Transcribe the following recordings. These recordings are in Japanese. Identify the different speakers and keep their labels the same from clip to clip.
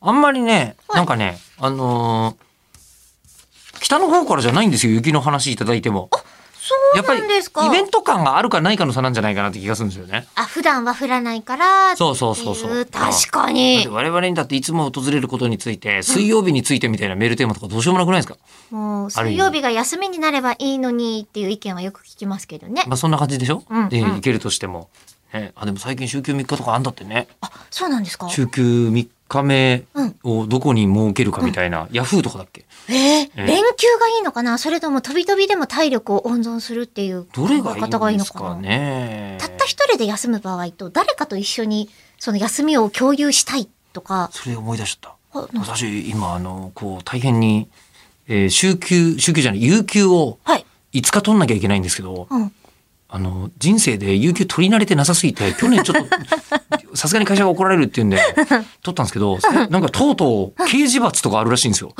Speaker 1: あんまりね、なんかね、あのー北の方からじゃないんですよ、雪の話いただいても。
Speaker 2: そ
Speaker 1: や
Speaker 2: う
Speaker 1: っぱ
Speaker 2: な
Speaker 1: り、
Speaker 2: んですか
Speaker 1: イベント感があるかないかの差なんじゃないかなって気がするんですよね。
Speaker 2: あ普段は降らないから
Speaker 1: そうそうそうそう
Speaker 2: ってい確か
Speaker 1: だっ
Speaker 2: に
Speaker 1: て我々にだっていつも訪れることについて、水曜日についてみたいなメールテーマとかどうしようもなくないですか、
Speaker 2: もう
Speaker 1: ある意味
Speaker 2: 水曜日が休みになればいいのにっていう意見はよく聞きますけどね
Speaker 1: まあそんな感じでしょ、
Speaker 2: うん
Speaker 1: で、
Speaker 2: うん
Speaker 1: いけるとしても。ね、あ、でも最近週休3日とかあんだってね。
Speaker 2: あそうなんですか
Speaker 1: 週休3日目
Speaker 2: うん
Speaker 1: をどこに設けるかみたいな、ヤフーとかだっけ
Speaker 2: えー
Speaker 1: えー
Speaker 2: 連休がいいのかなそれとも飛び飛びでも体力を温存するっていう考
Speaker 1: どれが
Speaker 2: え方が
Speaker 1: いい
Speaker 2: いい
Speaker 1: ん
Speaker 2: の
Speaker 1: です
Speaker 2: かな
Speaker 1: かね。
Speaker 2: たった一人で休む場合と誰かと一緒にその休みを共有したいとか
Speaker 1: それ思い出しちゃった。
Speaker 2: あなんか
Speaker 1: 私、今、あの、こう、大変に、えー週休、週休じゃない、有給を
Speaker 2: はい、
Speaker 1: 5日取んなきゃいけないんですけど、
Speaker 2: うん、
Speaker 1: あの、人生で有給取り慣れてなさすぎて、去年ちょっ と、さすがに会社が怒られるっていうんで、取ったんですけど、なんかとうとう刑事罰とかあるらしいんですよ。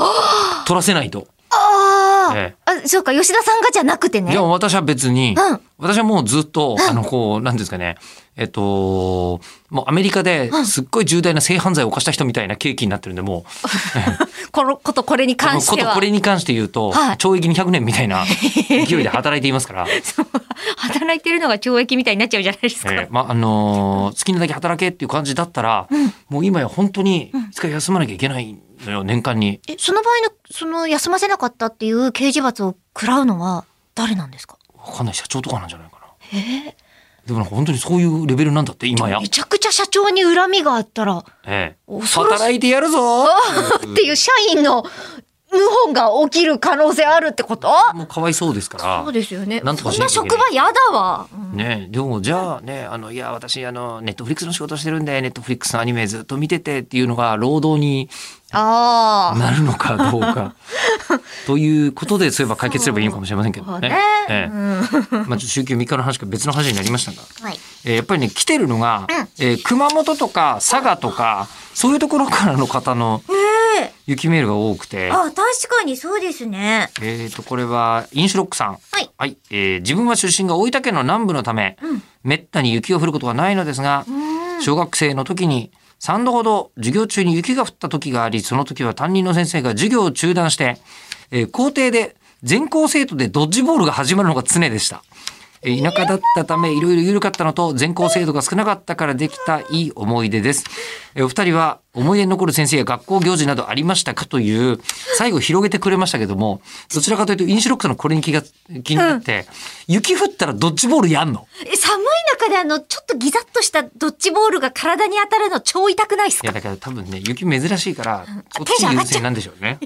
Speaker 1: 取らせないと。
Speaker 2: あー、
Speaker 1: え
Speaker 2: あそうか吉田さんがじゃなくてね
Speaker 1: でも私は別に、
Speaker 2: うん
Speaker 1: 私はもうずっと、あの、こう、なんていうんですかね、えっと、もうアメリカですっごい重大な性犯罪を犯した人みたいな契機になってるんで、もう、
Speaker 2: このことこれに関して
Speaker 1: こ
Speaker 2: は
Speaker 1: とこれに関して言うと、
Speaker 2: はい
Speaker 1: 懲役200年みたい な勢いで働いていますから、
Speaker 2: 働いてるのが懲役みたいになっちゃうじゃないですか、
Speaker 1: えーまああのー好きなだけ働けっていう感じだったら、もう今や本当に5日休まなきゃいけないのよ年間に。
Speaker 2: えその場合のその休ませなかったっていう刑事罰を食らうのは誰なんですか
Speaker 1: わかんない社長とかなんじゃないかな。でもなんか本当にそういうレベルなんだって今や
Speaker 2: め。ちゃくちゃ社長に恨みがあったら
Speaker 1: えー
Speaker 2: 恐ろしい
Speaker 1: 働いてやるぞ
Speaker 2: っていう社員の謀反が起きる可能性あるってこと
Speaker 1: もうかわいそうですから。
Speaker 2: そうですよね
Speaker 1: なんとか
Speaker 2: そ
Speaker 1: し
Speaker 2: ん
Speaker 1: な
Speaker 2: な
Speaker 1: きゃいけない
Speaker 2: 職場やだわ、うん
Speaker 1: ねでもじゃあねあのいや私あのネットフリックスの仕事してるんでネットフリックスのアニメずっと見ててっていうのが労働に
Speaker 2: ああ
Speaker 1: なるの かどうかということでそういえば解決すればいいのかもしれませんけどね。
Speaker 2: ね
Speaker 1: ええ
Speaker 2: うん
Speaker 1: まあ、ちょっと週休3日の話が別の話になりましたが、
Speaker 2: はい
Speaker 1: えーやっぱりね来てるのが、
Speaker 2: うん
Speaker 1: えー熊本とか佐賀とかそういうところからの方の
Speaker 2: え
Speaker 1: 雪メールが多くて
Speaker 2: え、あ確かにそうですね
Speaker 1: えー、とこれはインシュロックさん。
Speaker 2: はい
Speaker 1: はい、えー自分は出身が大分県の南部のため、
Speaker 2: うん
Speaker 1: めったに雪を降ることがないのですが、
Speaker 2: うん
Speaker 1: 小学生の時に3度ほど授業中に雪が降った時がありその時は担任の先生が授業を中断して、えー校庭で全校生徒でドッジボールが始まるのが常でした。えー田舎だったためいろいろ緩かったのと全校生徒が少なかったからできたいい思い出です。えーお二人は思い出に残る先生や学校行事などありましたかという最後広げてくれましたけどもどちらかというとインシュロックさんのこれに気が気になって、雪降ったらドッジボールやんの
Speaker 2: え寒い中であのちょっとギザッとしたドッジボールが体に当たるの超痛くないです
Speaker 1: いや
Speaker 2: か
Speaker 1: だから多分ね雪珍しいからそっち
Speaker 2: 手が上
Speaker 1: 優
Speaker 2: がっちゃう
Speaker 1: 先なんでしょうね。